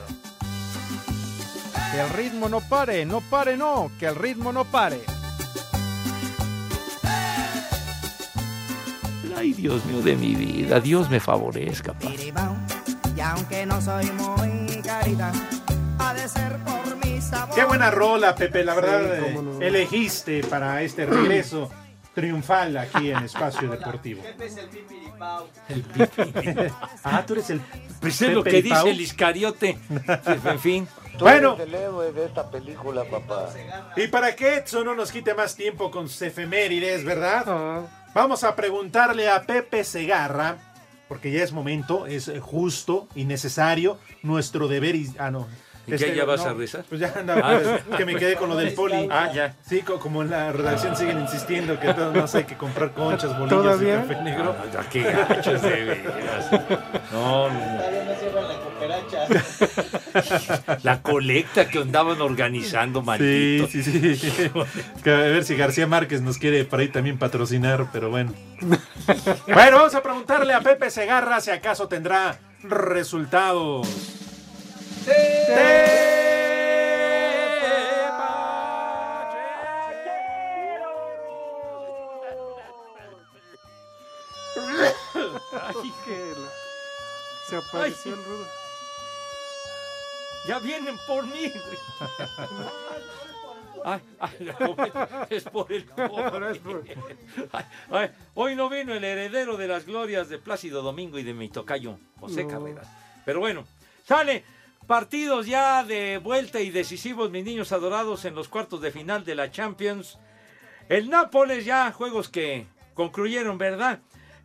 Que el ritmo no pare, no pare, no, que el ritmo no pare.
Ay, Dios mío de mi vida, Dios me favorezca. papá.
Y aunque no soy muy carita, ha de ser por mi sabor.
Qué buena rola, Pepe, la verdad. eh, Elegiste para este regreso triunfal aquí en Espacio Deportivo.
es el pipiripao.
ah, tú eres el.
Pues es lo
Pepe
que
y Pau.
dice el iscariote. en fin.
Tú eres Bueno.
el héroe de esta película, papá.
Y para que Edson no nos quite más tiempo con sus efemérides, ¿verdad? Vamos a preguntarle a Pepe Segarra, porque ya es momento, es eh, justo y necesario, nuestro deber y... Ah, no.
¿Y qué, ya vas a rezar?
Pues ya
Ah.
andaba, pues, que me quedé con lo del poli.
Ah, ya.
Sí, co- como en la redacción siguen insistiendo que todo- no sé, hay que comprar conchas, bolillas
¿Todavía?
y café negro.
Ah, qué gachos, de veras. No, no.
Todavía no cierran la cooperacha.
La colecta que andaban organizando, maldito.
Sí, sí, sí. Que a ver si García Márquez nos quiere para ahí también patrocinar, pero bueno. Bueno, vamos a preguntarle a Pepe Segarra si acaso tendrá resultados.
Ay, que la- Se apareció el rudo.
Ya vienen por mí, güey. Ay, ay, no, es por el
Ahora
cobre. Ay, ay, hoy no vino el heredero de las glorias de Plácido Domingo y de mi tocayo, José
No.
Carreras. Pero bueno, sale. Partidos ya de vuelta y decisivos, mis niños adorados, en los cuartos de final de la Champions. El Nápoles ya, juegos que concluyeron, ¿verdad?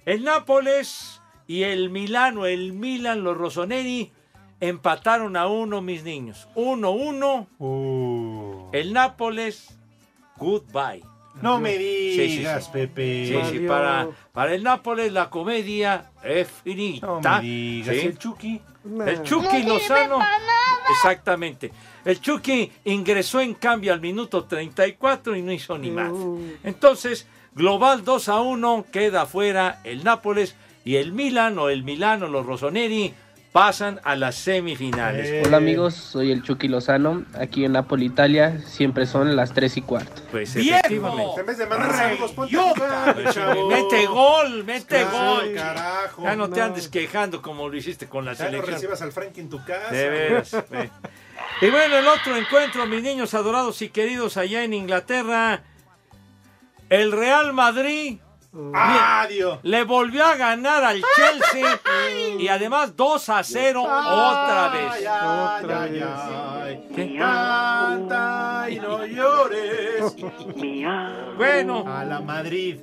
El Nápoles y el Milano, el Milan, los Rossoneri, empataron a uno, mis niños. 1-1. El Nápoles, goodbye.
Uh, No me
Sí, sí, sí.
digas, Pepe.
Sí, sí,
Valió.
para, para el Nápoles la comedia es finita.
No me digas,
Sí.
¿y el Chucky.
El Chucky Lozano. Exactamente. El Chucky ingresó en cambio al minuto 34 y no hizo ni más. Entonces, global 2 a 1, queda fuera el Nápoles y el Milan o el Milano, los Rossoneri, pasan a las semifinales.
Eh,
Hola amigos, soy el Chucky Lozano. Aquí en Napoli, Italia, siempre son las 3 y cuarto.
Pues
efectivamente.
En vez de mandar saludos, ponte a
Pues,
jugar, chavo.
Mete gol, mete
Ay,
gol.
carajo.
ya Ah, no, te
No.
andes quejando como lo hiciste con la
Ya no
selección.
recibas al Frank en tu casa.
De veras. eh. Y bueno, el otro encuentro, mis niños adorados y queridos allá en Inglaterra. El Real Madrid
Adiós.
le volvió a ganar al Chelsea y además 2 a 0 otra vez.
Ay, ay, ay, ay. Canta y no llores.
Bueno.
A la Madrid.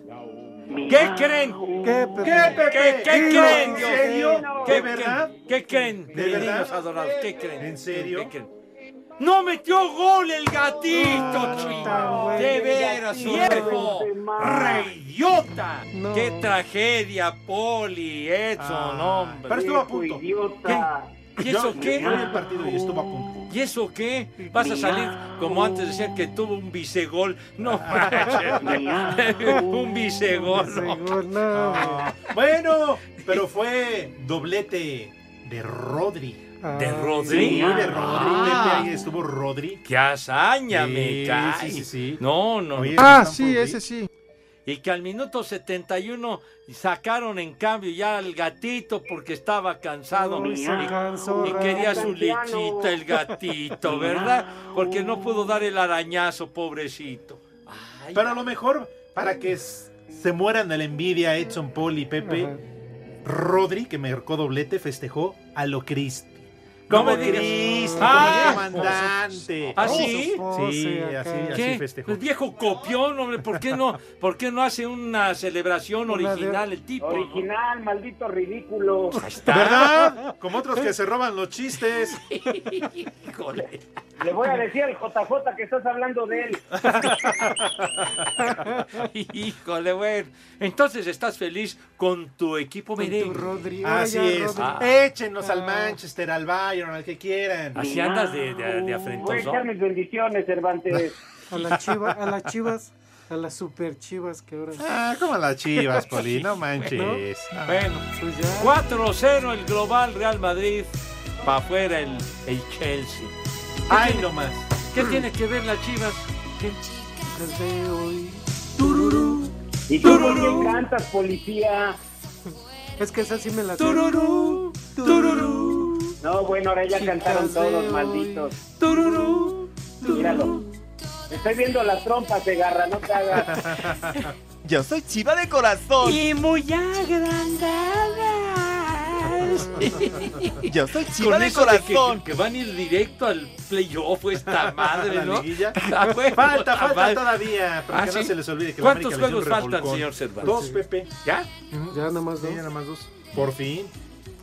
¿Qué creen?
¿Qué,
¿Qué,
Pepe?
qué
¿En
creen? Dios
serio?
mío?
¿De
¿Qué
verdad?
creen? ¿Qué creen?
¿De
mis
verdad?
niños adorados, ¿qué creen?
¿En serio?
¿Qué creen? ¡No metió gol el gatito,
Ah,
chico! ¡De veras,
gatito,
viejo! ¡Reidiota!
No.
¡Qué tragedia, Poli, Edson, hombre!
Ah. Pero estuvo a punto.
¿Y eso
Yo-
qué?
yo vi el partido y estuvo a punto.
¿Y eso qué? ¿Vas a salir como antes decían que tuvo un vicegol? No manches. un vicegol. no.
Ah, Bueno, pero fue doblete de Rodri.
¿De Rodri?
Sí, de Rodri.
¿Oh, Ah.
Pepe, ahí estuvo Rodri.
¡Qué hazaña, me
Sí,
cae!
sí, sí, sí.
No, no.
Oye,
no.
Ah, ¿están sí, por
ese
sí. Y que al minuto 71 sacaron en cambio ya al gatito porque estaba cansado
Uy,
y,
se cansó,
y quería su
Raúl.
lechita el gatito, ¿verdad? Porque no pudo dar el arañazo, pobrecito.
Pero a lo mejor, para que s- se mueran de la envidia Edson, Paul y Pepe, Rodri, que marcó doblete, festejó a lo Cristi.
No me
Como
digas.
Cristi,
Ah.
como el comandante.
¿Ah, sí?
Sí, así, así
¿Qué? Pues
festejó.
El viejo copión, hombre, ¿por qué no, por qué no hace una celebración original el tipo? no?
Original, maldito ridículo.
Ah.
¿Verdad? Como otros que se roban los chistes.
Híjole.
Le voy a decir al JJ que estás hablando de él.
Híjole, bueno. Entonces estás feliz con tu equipo merengue.
Así es.
Ah,
Échenos al Manchester, al Bayern, al que quieran.
así andas de, de, de
Voy a
afrentoso.
echar mis bendiciones, Cervantes.
A las chivas, a las chivas, a las super chivas que ahora.
Ah, como las chivas, Poli, no manches. Ah.
Bueno, 4-0 el global Real Madrid. Para afuera el, el Chelsea. ¿Qué
Ay,
tiene-
no más.
¿Qué tiene que ver las chivas? ¿Qué?
¿Y tú por qué cantas, policía?
Es que esa sí me la sé.
Tururú, tururú.
No, bueno, ahora ya cantaron todos, malditos.
Tururú,
Míralo. Estoy viendo las trompas de garra, no te hagas.
Yo soy chiva de corazón.
Y
muy agrandada. Yo soy chiva
Con
de
eso de
corazón.
que, que van a ir directo al playoff esta madre,
La
¿no?
liguilla.
Ah, bueno,
falta,
la
falta
madre.
todavía. Para
Ah,
que no
¿sí?
se les olvide que la
¿Cuántos
América le dio un
juegos faltan,
revolcón.
señor Cervantes?
Dos, Pepe.
¿Ya?
Ya nada más dos.
ya nada más dos. Por fin.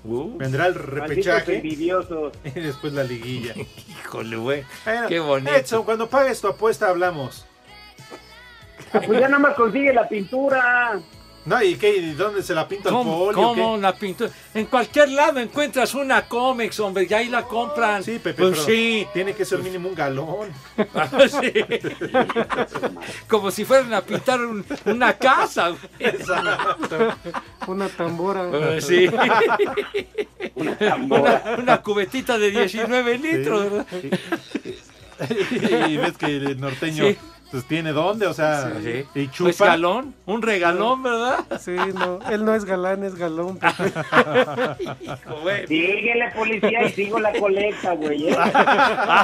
Uh.
Vendrá el
Malditos
repechaje.
envidiosos.
Y después la liguilla.
Híjole, güey.
Bueno,
Qué bonito.
Edson, cuando pagues tu apuesta hablamos.
Ah, pues ya nada más consigue la pintura.
No, ¿y qué? ¿Y ¿Dónde se la pinta el
¿Cómo,
polio?
cómo
o qué?
una pintura? En cualquier lado encuentras una cómics, hombre, y ahí la compran. Sí,
Oh, Pepe,
Pues
pero
sí. Pues
Tiene que ser mínimo un galón.
Como si fueran a pintar un- una casa. güey.
Una tambora.
Eh, sí.
Una
Una, una cubetita de 19 litros. ¿verdad?
y ves que el norteño
Sí.
pues, tiene dónde, o sea,
Sí. Pues
y
Un
chupa.
escalón, un regalón, ¿verdad?
Sí, no. Él no es galán, es galón.
Síguele, policía, y sigo la colecta, güey. ¿eh?
Ah,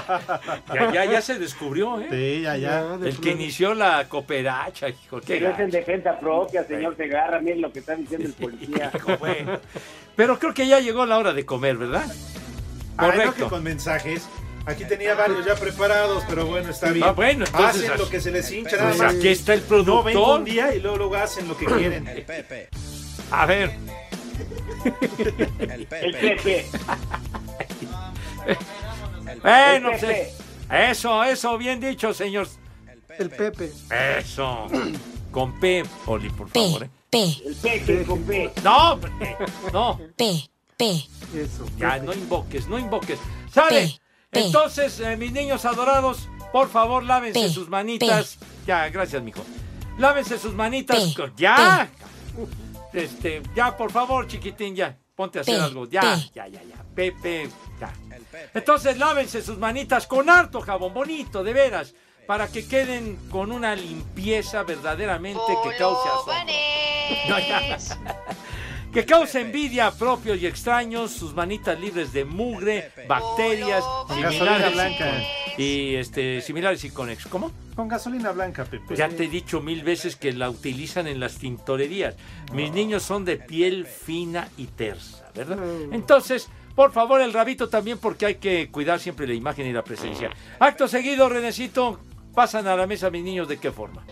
Ya, ya, ya se descubrió, ¿eh?
Sí, ya, ya.
El que inició la cooperacha, hijo. qué
Pero es en
gacho,
defensa propia, señor Segarra. Miren lo que está diciendo el policía.
güey. Pero creo que ya llegó la hora de comer, ¿verdad?
Ay, no,
Correcto.
que con mensajes. Aquí tenía varios ya preparados, pero bueno, está bien.
Ah, bueno, entonces,
hacen lo
ah,
que se les hincha. nada
Pues
más.
aquí está el
No ven un
productor.
día y luego, luego hacen lo que quieren.
A ver.
El Pepe.
Bueno,
El Pepe.
se- eso, eso, bien dicho, señor.
El Pepe.
Eso. Con P, Oli, por favor. ¿eh?
El Pepe con P.
No, hombre, no.
P, P. Eso.
Ya,
Este.
no invoques, no invoques. ¿Sale? Entonces, eh, mis niños adorados, por favor, lávense
Pe,
sus manitas. Ya, gracias, mijo. Lávense sus manitas. con- ya. Este, ya, por favor, chiquitín, ya. Ponte a hacer
Pe,
algo. Ya,
pe.
ya, ya, ya. Pepe, ya. Entonces, lávense sus manitas con harto jabón, bonito, de veras, para que queden con una limpieza verdaderamente que cause asombro. No, ya. Que cause envidia a propios y extraños, sus manitas libres de mugre, bacterias,
Gasolina
similares
blanca.
y este similares y conex. ¿Cómo?
Con gasolina blanca, Pepe.
Ya te he dicho mil veces que la utilizan en las tintorerías. Mis niños son de piel fina y tersa, ¿verdad? Entonces, por favor, el rabito también porque hay que cuidar siempre la imagen y la presencia. Acto seguido, Renecito, pasan a la mesa mis niños de qué forma.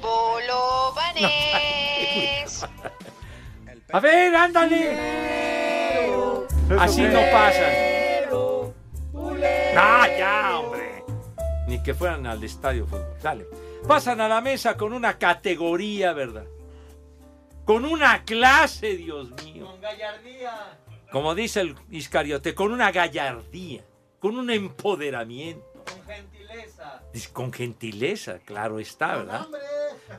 A ver, ándale. Así no pasan. Ah, ya, hombre. Ni que fueran al estadio de fútbol. Dale. Pasan a la mesa con una categoría, ¿verdad? Con una clase, Dios mío. Con gallardía. Como dice el Iscariote, con una gallardía, con un empoderamiento. Dice, Con gentileza, claro está, ¿verdad?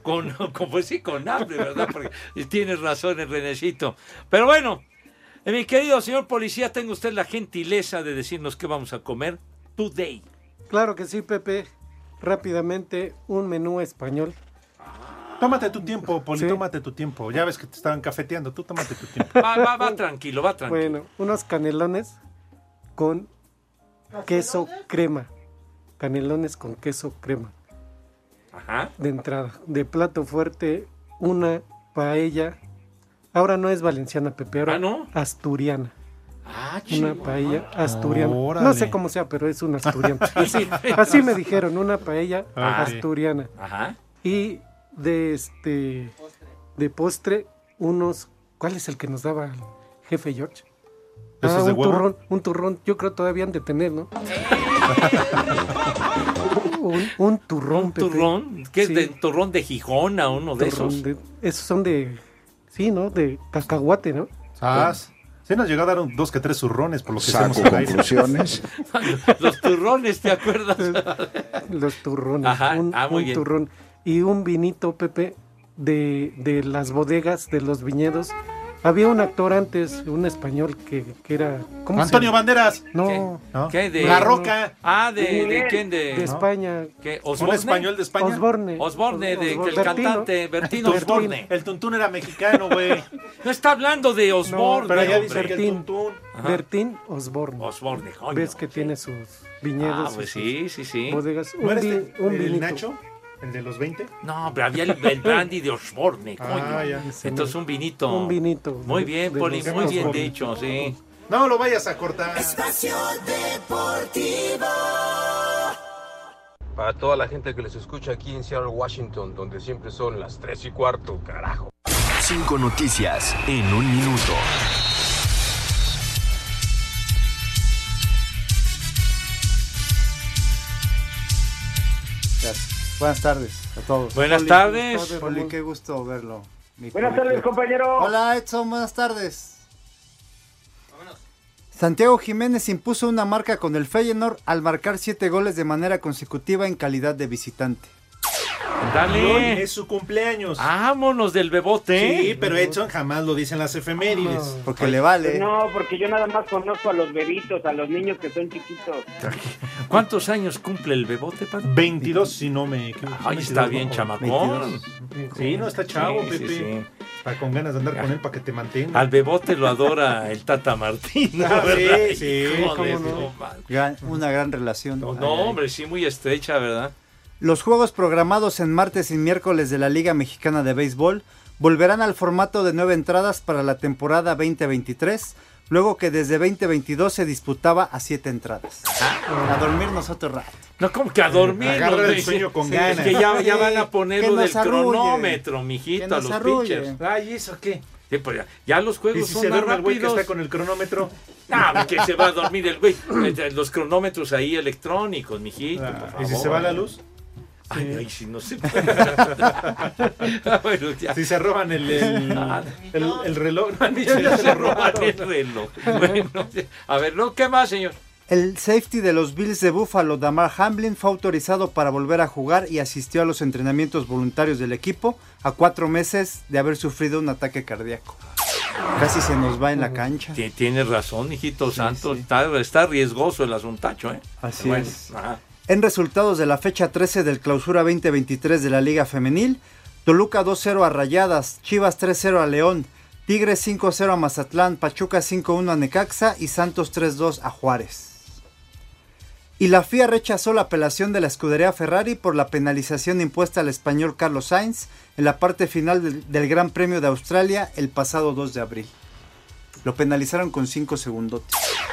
Con, con- pues sí, con hambre, ¿verdad? Porque tienes razón, el Renecito. Pero bueno, eh, mi querido señor policía, tenga usted la gentileza de decirnos qué vamos a comer today.
Claro que sí, Pepe. Rápidamente, un menú español.
Tómate tu tiempo, Poli,
Sí.
tómate tu tiempo. Ya ves que te estaban cafeteando, tú tómate tu tiempo.
Va, va, va tranquilo, va tranquilo.
Bueno, unos canelones con queso crema. Canelones con queso crema.
Ajá.
De entrada. De plato fuerte, una paella. Ahora no es valenciana, Pepe. Ahora
¿Ah, no?
Asturiana.
Ah,
Una
chihuahua.
paella asturiana.
Órale.
No sé cómo sea, pero es una asturiana. Así, así me dijeron, una paella
Ah, sí.
asturiana.
Ajá.
Y de este de postre, unos. ¿Cuál es el que nos daba el jefe George?
¿Esos de
Ah, un
huevo?
turrón, un turrón, yo creo todavía han de tener, ¿no? un, un turrón.
¿Un
Pepe.
turrón? ¿Qué es
Sí,
de turrón de Gijona, uno de
turrón
esos?
de- esos son de, sí, ¿no? De cacahuate, ¿no?
Ah, se nos llegó a dar un- dos que tres zurrones por lo que
Saco
hacemos al aire.
conclusiones.
Los turrones, ¿te acuerdas?
Los turrones.
Ajá,
Un,
ah, muy
un
bien.
turrón. Y un vinito, Pepe, de, de las bodegas, de los viñedos. Había un actor antes, un español, que, que era. ¿cómo se
Antonio
llama?
Banderas.
No.
¿Qué? De,
La Roca.
Ah, de, de quién? De,
De España.
¿Qué?
¿Un
¿Osborne?
español de España?
Osborne.
Osborne, de,
Osborne.
el
Bertino.
cantante Bertino
Bertino.
Osborne.
El tuntún era mexicano, güey.
No está hablando de Osborne.
pero ya dice
hombre.
que el
Bertín.
tuntún.
Ajá.
Bertín Osborne.
Osborne, coño.
Ves que tiene sus viñedos.
Ah, pues
y
sí, sí, sí.
sus Bodegas.
¿No
Un,
eres
vi-
el,
un
el
vinito.
Nacho? ¿El de los 20?
No, pero había el, el brandy de Osborne,
Ah,
coño.
ya.
Entonces un vinito.
Un vinito.
Muy bien,
De
Poli,
los
muy bien
Osborne.
dicho, sí.
No lo vayas a cortar.
Para toda la gente que les escucha aquí en Seattle, Washington, donde siempre son las 3 y cuarto, carajo.
Cinco noticias en un minuto.
Buenas tardes a todos.
Buenas
Poli,
tardes.
Poli,
Poli.
qué gusto verlo. mi
Buenas
Poli.
tardes, compañero.
Hola, Edson, buenas tardes. Santiago Jiménez impuso una marca con el Feyenoord al marcar siete goles de manera consecutiva en calidad de visitante.
Eh.
Y hoy
Dale.
es su cumpleaños.
Ah, Vámonos del bebote.
Sí, pero Edson jamás lo dicen las efemérides.
Ah.
Porque le vale.
No, porque yo nada más conozco a los bebitos, a los niños que son chiquitos.
¿Cuántos años cumple el bebote, Pato?
22, si no me equivoco.
Ay, está bien, chamacón.
22. Sí, no, está chavo,
Sí, sí,
Pepe.
sí.
Está con ganas de andar con él para que te mantenga.
Al bebote lo adora el Tata Martín.
Ah, sí,
¿verdad?
sí,
Hijo de
cómo no.
su madre.
Gran- una gran relación.
No, hombre, sí, muy estrecha, ¿verdad?
Los juegos programados en martes y miércoles de la Liga Mexicana de Béisbol volverán al formato de nueve entradas para la temporada 2023, luego que desde 2022 se disputaba a siete entradas.
Ah.
A dormir nosotros rato.
No, como
Eh,
que a dormir.
Agarra
hombre.
el sueño con
Sí,
ganas.
Es que ya, ya
Sí,
van a poner
que
lo del
nos arrulle.
cronómetro, mijito,
Que
a
nos
los
arrulle.
pitchers.
Ay, ¿eso qué?
Sí, pues ya, ya los
Y
juegos
si
son
se
más
duerme el güey que
rápidos.
está con el cronómetro.
No, que se va a dormir el güey. Mete Los cronómetros ahí electrónicos, mijito. por
Ah, ¿Y si
favor.
se va la luz?
Ay, ay, si no se
Si se roban el, el, el- el reloj.
Si se roban el reloj. Bueno, a ver, ¿no? ¿qué más, señor?
El safety de los Bills de Buffalo, Damar Hamlin, fue autorizado para volver a jugar y asistió a los entrenamientos voluntarios del equipo a cuatro meses de haber sufrido un ataque cardíaco. Casi se nos va en la cancha.
Ti- Tienes razón, hijito santo. Está, está riesgoso el asuntacho, ¿eh?
Así es.
ajá.
En resultados de la fecha 13 del clausura 2023 de la Liga Femenil, Toluca 2-0 a Rayadas, Chivas 3-0 a León, Tigres 5-0 a Mazatlán, Pachuca 5-1 a Necaxa y Santos 3-2 a Juárez. Y la FIA rechazó la apelación de la escudería Ferrari por la penalización impuesta al español Carlos Sainz en la parte final del, del Gran Premio de Australia el pasado 2 de abril. Lo penalizaron con 5 segundos.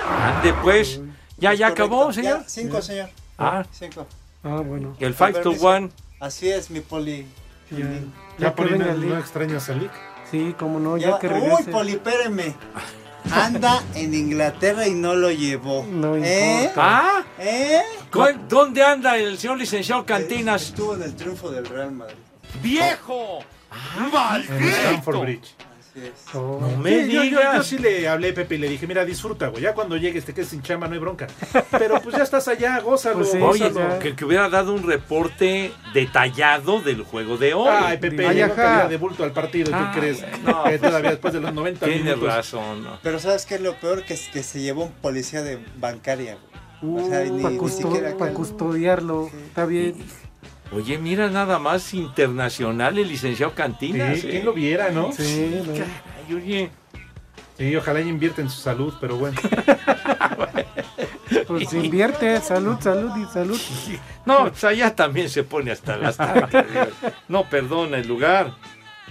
Ande, pues. Ya, ya acabó, señor.
Cinco, señor.
Ah.
Cinco.
Ah, bueno.
El 5 to
permiso.
1.
Así es, mi poli.
Ya,
Ya,
ya que
Poli,
venga
no-
Lick.
no extrañas a Lick.
Sí, cómo no, ya,
Ya-
que
Uy,
regrese.
poli, espérame. Anda en Inglaterra y no lo llevó.
No
¿Eh?
¿Ah?
¿Eh?
¿Cuál- ¿Dónde anda el señor licenciado Cantinas?
Estuvo en el triunfo del Real Madrid.
¡Viejo!
En Stanford Bridge.
No me
Sí, yo, yo-
digas.
yo sí le hablé a Pepe y le dije, mira, disfruta, güey. Ya cuando llegues te quedes sin chamba, no hay bronca. Pero pues ya estás allá, gózalo.
Pues sí,
Oye,
gózalo.
que, que hubiera dado un reporte detallado del juego de hoy.
Ay, Pepe,
Ay,
le
ajá.
calidad de bulto al partido, ¿qué
Ah,
crees?
no,
Que
pues,
todavía después de los 90
Tienes
minutos.
razón. ¿no?
Pero ¿sabes qué es lo peor? Que, es que se llevó un policía de bancaria. güey. O sea,
Uh,
ni,
Para
ni siquiera acá.
custodiarlo, está bien.
Oye, mira nada más internacional el licenciado Cantinas.
Sí,
¿eh?
¿Quién lo viera, no?
Sí, no.
Caray, oye.
Sí, ojalá y invierta en su salud, pero bueno.
Pues invierte, salud, salud y salud.
No, pues allá también se pone hasta las tacas. Dios. No perdona el lugar.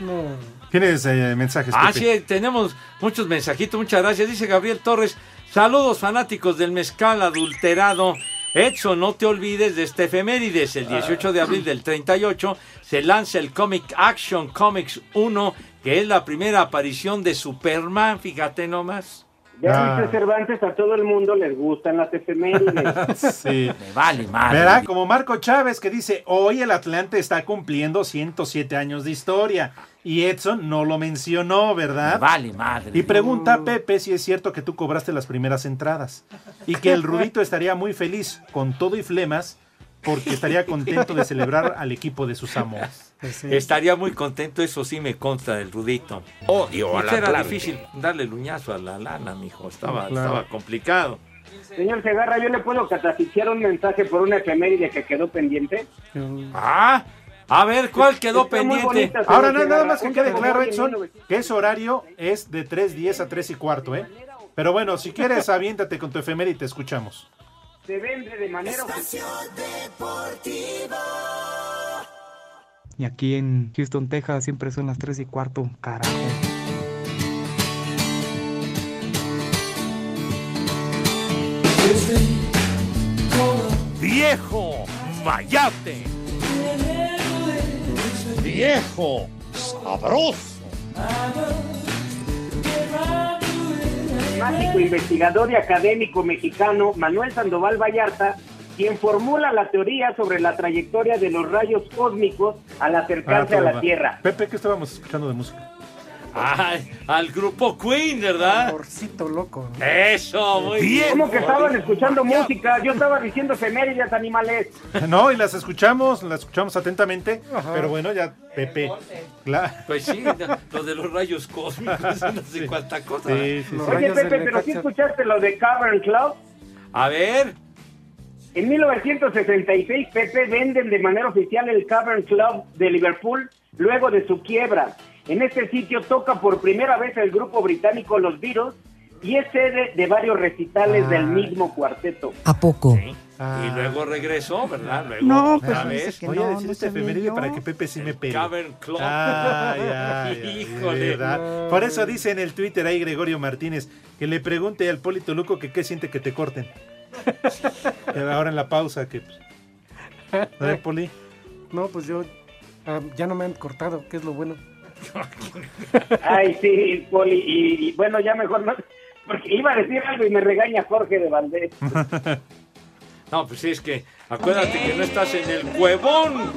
No.
¿Tienes eh, mensajes,
Ah,
Pepe?
sí, tenemos muchos mensajitos, muchas gracias. Dice Gabriel Torres, saludos fanáticos del mezcal adulterado. Edson, no te olvides de este efemérides. El 18 de abril del 38 se lanza el Comic Action Comics 1, que es la primera aparición de Superman, fíjate nomás.
Ah.
Ya viste Cervantes, a todo el mundo les gustan las efemérides.
Sí.
Me vale madre.
Verá, como Marco Chávez que dice, hoy el Atlante está cumpliendo 107 años de historia. Y Edson no lo mencionó,
Me
¿verdad?
vale madre.
Y pregunta a Pepe si es cierto que tú cobraste las primeras entradas. Y que el Rudito estaría muy feliz, con todo y flemas, porque estaría contento de celebrar al equipo de sus amos.
Pues sí.
Estaría muy contento, eso sí me consta del Rudito.
Odio
Pues era difícil darle el uñazo a la lana, mijo. Estaba,
Claro.
estaba complicado.
Señor Segarra, ¿yo le puedo catafixiar un mensaje por una efeméride que quedó pendiente?
Ah, a ver, ¿cuál quedó
Está muy
pendiente?
bonita, señor
Ahora, no, nada
Segarra.
más que
Un
quede
favor
claro,
de
Edson,
1900.
que ese horario es de 3.10 a 3 y cuarto, ¿eh? Pero bueno, si quieres, aviéntate con tu efeméride y te escuchamos.
Se vende de manera oficial.
Y aquí en Houston, Texas, siempre son las 3 y cuarto, carajo.
Viejo Mayate. Viejo sabroso.
Matemático, investigador y académico mexicano Manuel Sandoval Vallarta
quien formula la teoría sobre la trayectoria de los rayos cósmicos al acercarse a
Ah, todo
la
va.
Tierra.
Pepe, ¿qué estábamos escuchando de música?
Ay, al grupo Queen, ¿verdad?
Amorcito loco.
Eso, muy bien.
¿Cómo que estaban escuchando música? Yo estaba diciendo efemérides, animales.
No, y las escuchamos, las escuchamos atentamente, pero bueno, ya Pepe. Claro.
Pues sí, no, lo de los rayos cósmicos, no sé cuánta cosa.
Sí, sí, sí. Los
Oye, Pepe, pero sí escuchaste lo de Cavern Club.
A ver.
En 1966, Pepe venden de manera oficial el Cavern Club de Liverpool luego de su quiebra. En este sitio toca por primera vez el grupo británico Los Virus y es sede de varios recitales del mismo cuarteto.
¿A poco? Y luego regresó, ¿verdad? Luego,
No,
otra
pues,
vez.
dice que Voy a no, decir no este sabía efeméride yo. para que Pepe sí me Ah. pegue.
Cavern Club.
Ay, ay, ay, de
Híjole.
verdad. Por eso dice en el Twitter ahí Gregorio Martínez que le pregunte al Polito Luco que qué siente que te corten. Que Ahora en la pausa que pues, a ver, Poli.
No, pues yo ah, ya no me han cortado, que es lo bueno.
Ay, sí, Poli. Y, y bueno, ya mejor no. Porque iba a decir algo y me regaña Jorge de Valdés.
No, pues sí, es que acuérdate que no estás en el cuevón.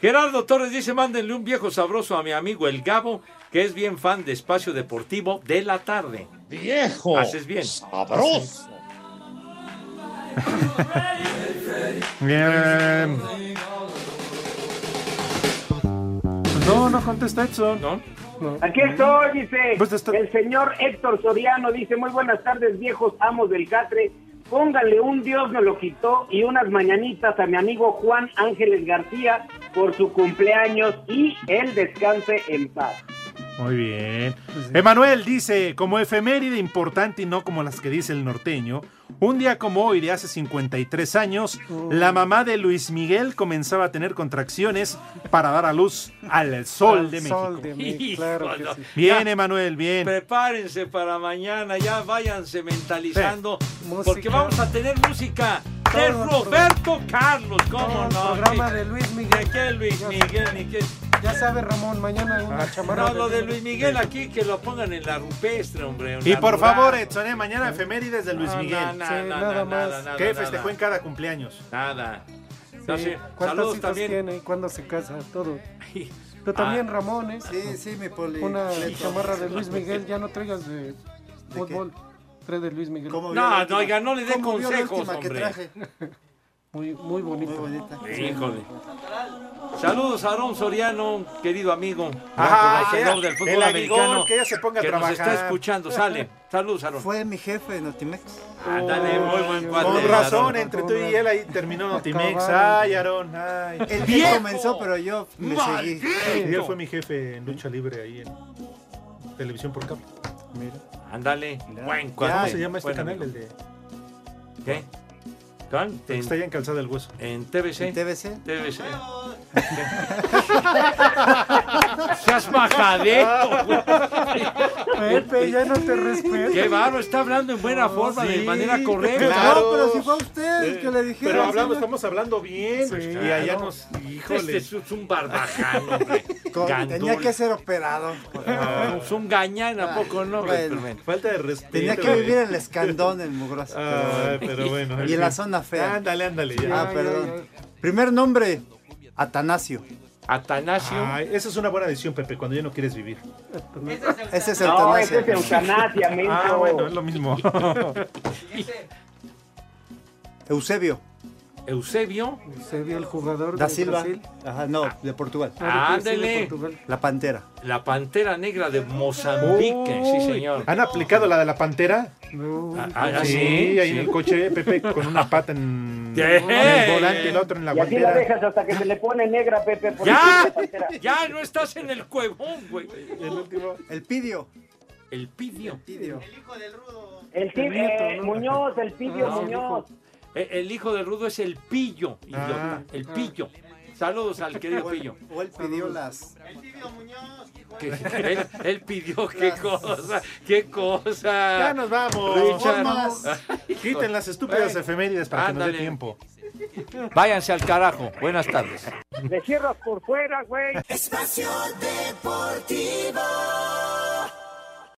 Gerardo Torres dice, mándenle un viejo sabroso a mi amigo el Gabo, que es bien fan de Espacio Deportivo de la tarde.
Viejo.
Haces bien.
Sabroso.
Bien. No, no contesta Edson.
No.
Aquí estoy, dice
Pues está-
el señor Héctor Soriano, dice, muy buenas tardes viejos amos del Catre, póngale un Dios me lo quitó y unas mañanitas a mi amigo Juan Ángeles García por su cumpleaños y él descanse en paz.
Muy bien.
Pues
Emanuel dice, como efeméride importante y no como las que dice el norteño, un día como hoy de hace 53 años,
Oh.
la mamá de Luis Miguel comenzaba a tener contracciones para dar a luz al sol
Al
de México.
sol de México, claro que sí.
Bien, Emanuel, bien.
Prepárense para mañana, ya váyanse mentalizando, porque vamos a tener música de
Todo el
Roberto Carlos, ¿cómo
Todo el
no?
programa
Sí.
de Luis Miguel.
¿De qué Luis Miguel? ni qué?
Ya sabe Ramón, mañana una chamarra.
No, lo de Luis Miguel aquí, que lo pongan en la rupestre, hombre. en
Y
la
por
rural.
favor, Edson, ¿eh? mañana efemérides de Luis
No, no,
Miguel.
no, Sí, no, nada no, más. nada,
Que
nada,
festejó
nada.
en cada cumpleaños.
Nada. No,
Sí.
sí.
¿Cuántos
Saludos
hijos
también.
tiene? ¿Cuándo se casa? Todo. Tú también,
Ah.
Ramón, ¿eh?
Sí, sí, mi poli.
Una
Completo.
chamarra de Luis Miguel, ya no traigas de fútbol. Trae de Luis Miguel.
¿Cómo vio la
No,
última?
no, oiga, no le dé
¿Cómo vio la
consejos,
última que
hombre.
traje?
Muy, muy bonita.
Híjole. Saludos a Aarón Soriano, querido amigo.
Ah,
gran conocedor
que-
del fútbol
el
americano.
amigón, que ya se ponga a
que nos
trabajar.
está escuchando, sale. Saludos, Aarón.
Fue mi jefe en Notimex.
Ándale, muy buen cuate.
Con razón,
Aarón.
entre tú y él ahí terminó Notimex.
Acabaron.
Ay, Aarón, ay.
El
día
día comenzó, pero yo me seguí.
Y él fue mi jefe en lucha libre ahí en televisión por cable. Mira.
Ándale, buen cuate.
¿Cómo se llama este
Buen
canal?
amigo.
El de.
¿Qué? ¿Can?
que Está allá en Calzada del Hueso.
¿En TBC?
¿En TBC?
TBC. Seas majadero, güey.
Pepe, ya no te respeto.
Qué bárbaro, está hablando en buena forma, de
sí,
manera correcta.
claro. No, pero si
fue a usted que Pues le "Ah, dijeron,
Pero hablamos,
señor.
estamos hablando bien.
Pues
y
claro.
allá nos.
Este
Híjole.
es un barbaján, hombre.
Con- Tenía
Gandul.
que ser operado.
Ah, Es un gañán, ¿a poco no?
Bueno.
Pero bueno.
Falta de respeto.
Tenía que vivir en el escandón, el mugroso.
Ay, pero bueno, en
Y en la
fin.
zona fea.
Ándale, ándale. ya.
Ah, perdón. Primer nombre, Atanasio.
Atanasio.
Ay, esa es una buena decisión, Pepe, cuando ya no quieres vivir.
Ese es
No, ese
eutanasia.
es eutanasia, menso.
Ah, bueno, es lo mismo.
Eusebio
Eusebio.
Eusebio, el jugador
da
de
Silva.
Brasil.
Ajá, no, de Portugal.
Ah, de Brasil, de
Ándele.
Portugal.
La Pantera.
La pantera negra de Mozambique, sí, señor.
¿Han aplicado la de la pantera?
Ah, ah,
Ah, sí,
sí,
ahí
sí.
en el coche, Pepe con una pata en,
¿Qué?
en el volante y la otra en la
Y así la
guantera.
dejas hasta que se le pone negra, Pepe. por
¡Ya!
la pantera.
Ya no estás en el cuevón, güey.
El último.
El Pidio.
El pidio.
El, ti-
El nieto,
eh,
¿no?
Muñoz, el Pidio
No,
Muñoz.
Eh, El hijo del rudo es el pillo, idiota.
Ah.
El pillo. Saludos al querido
O
pillo.
él, o él pidió las.
Que- él, él pidió qué cosa, qué cosa.
Ya nos vamos.
Richard.
Formas. Quiten las estúpidas
Bueno.
efemérides para que nos
Ándale.
dé tiempo.
Váyanse al carajo. Buenas tardes.
Le cierras por fuera, güey.
Espacio Deportivo.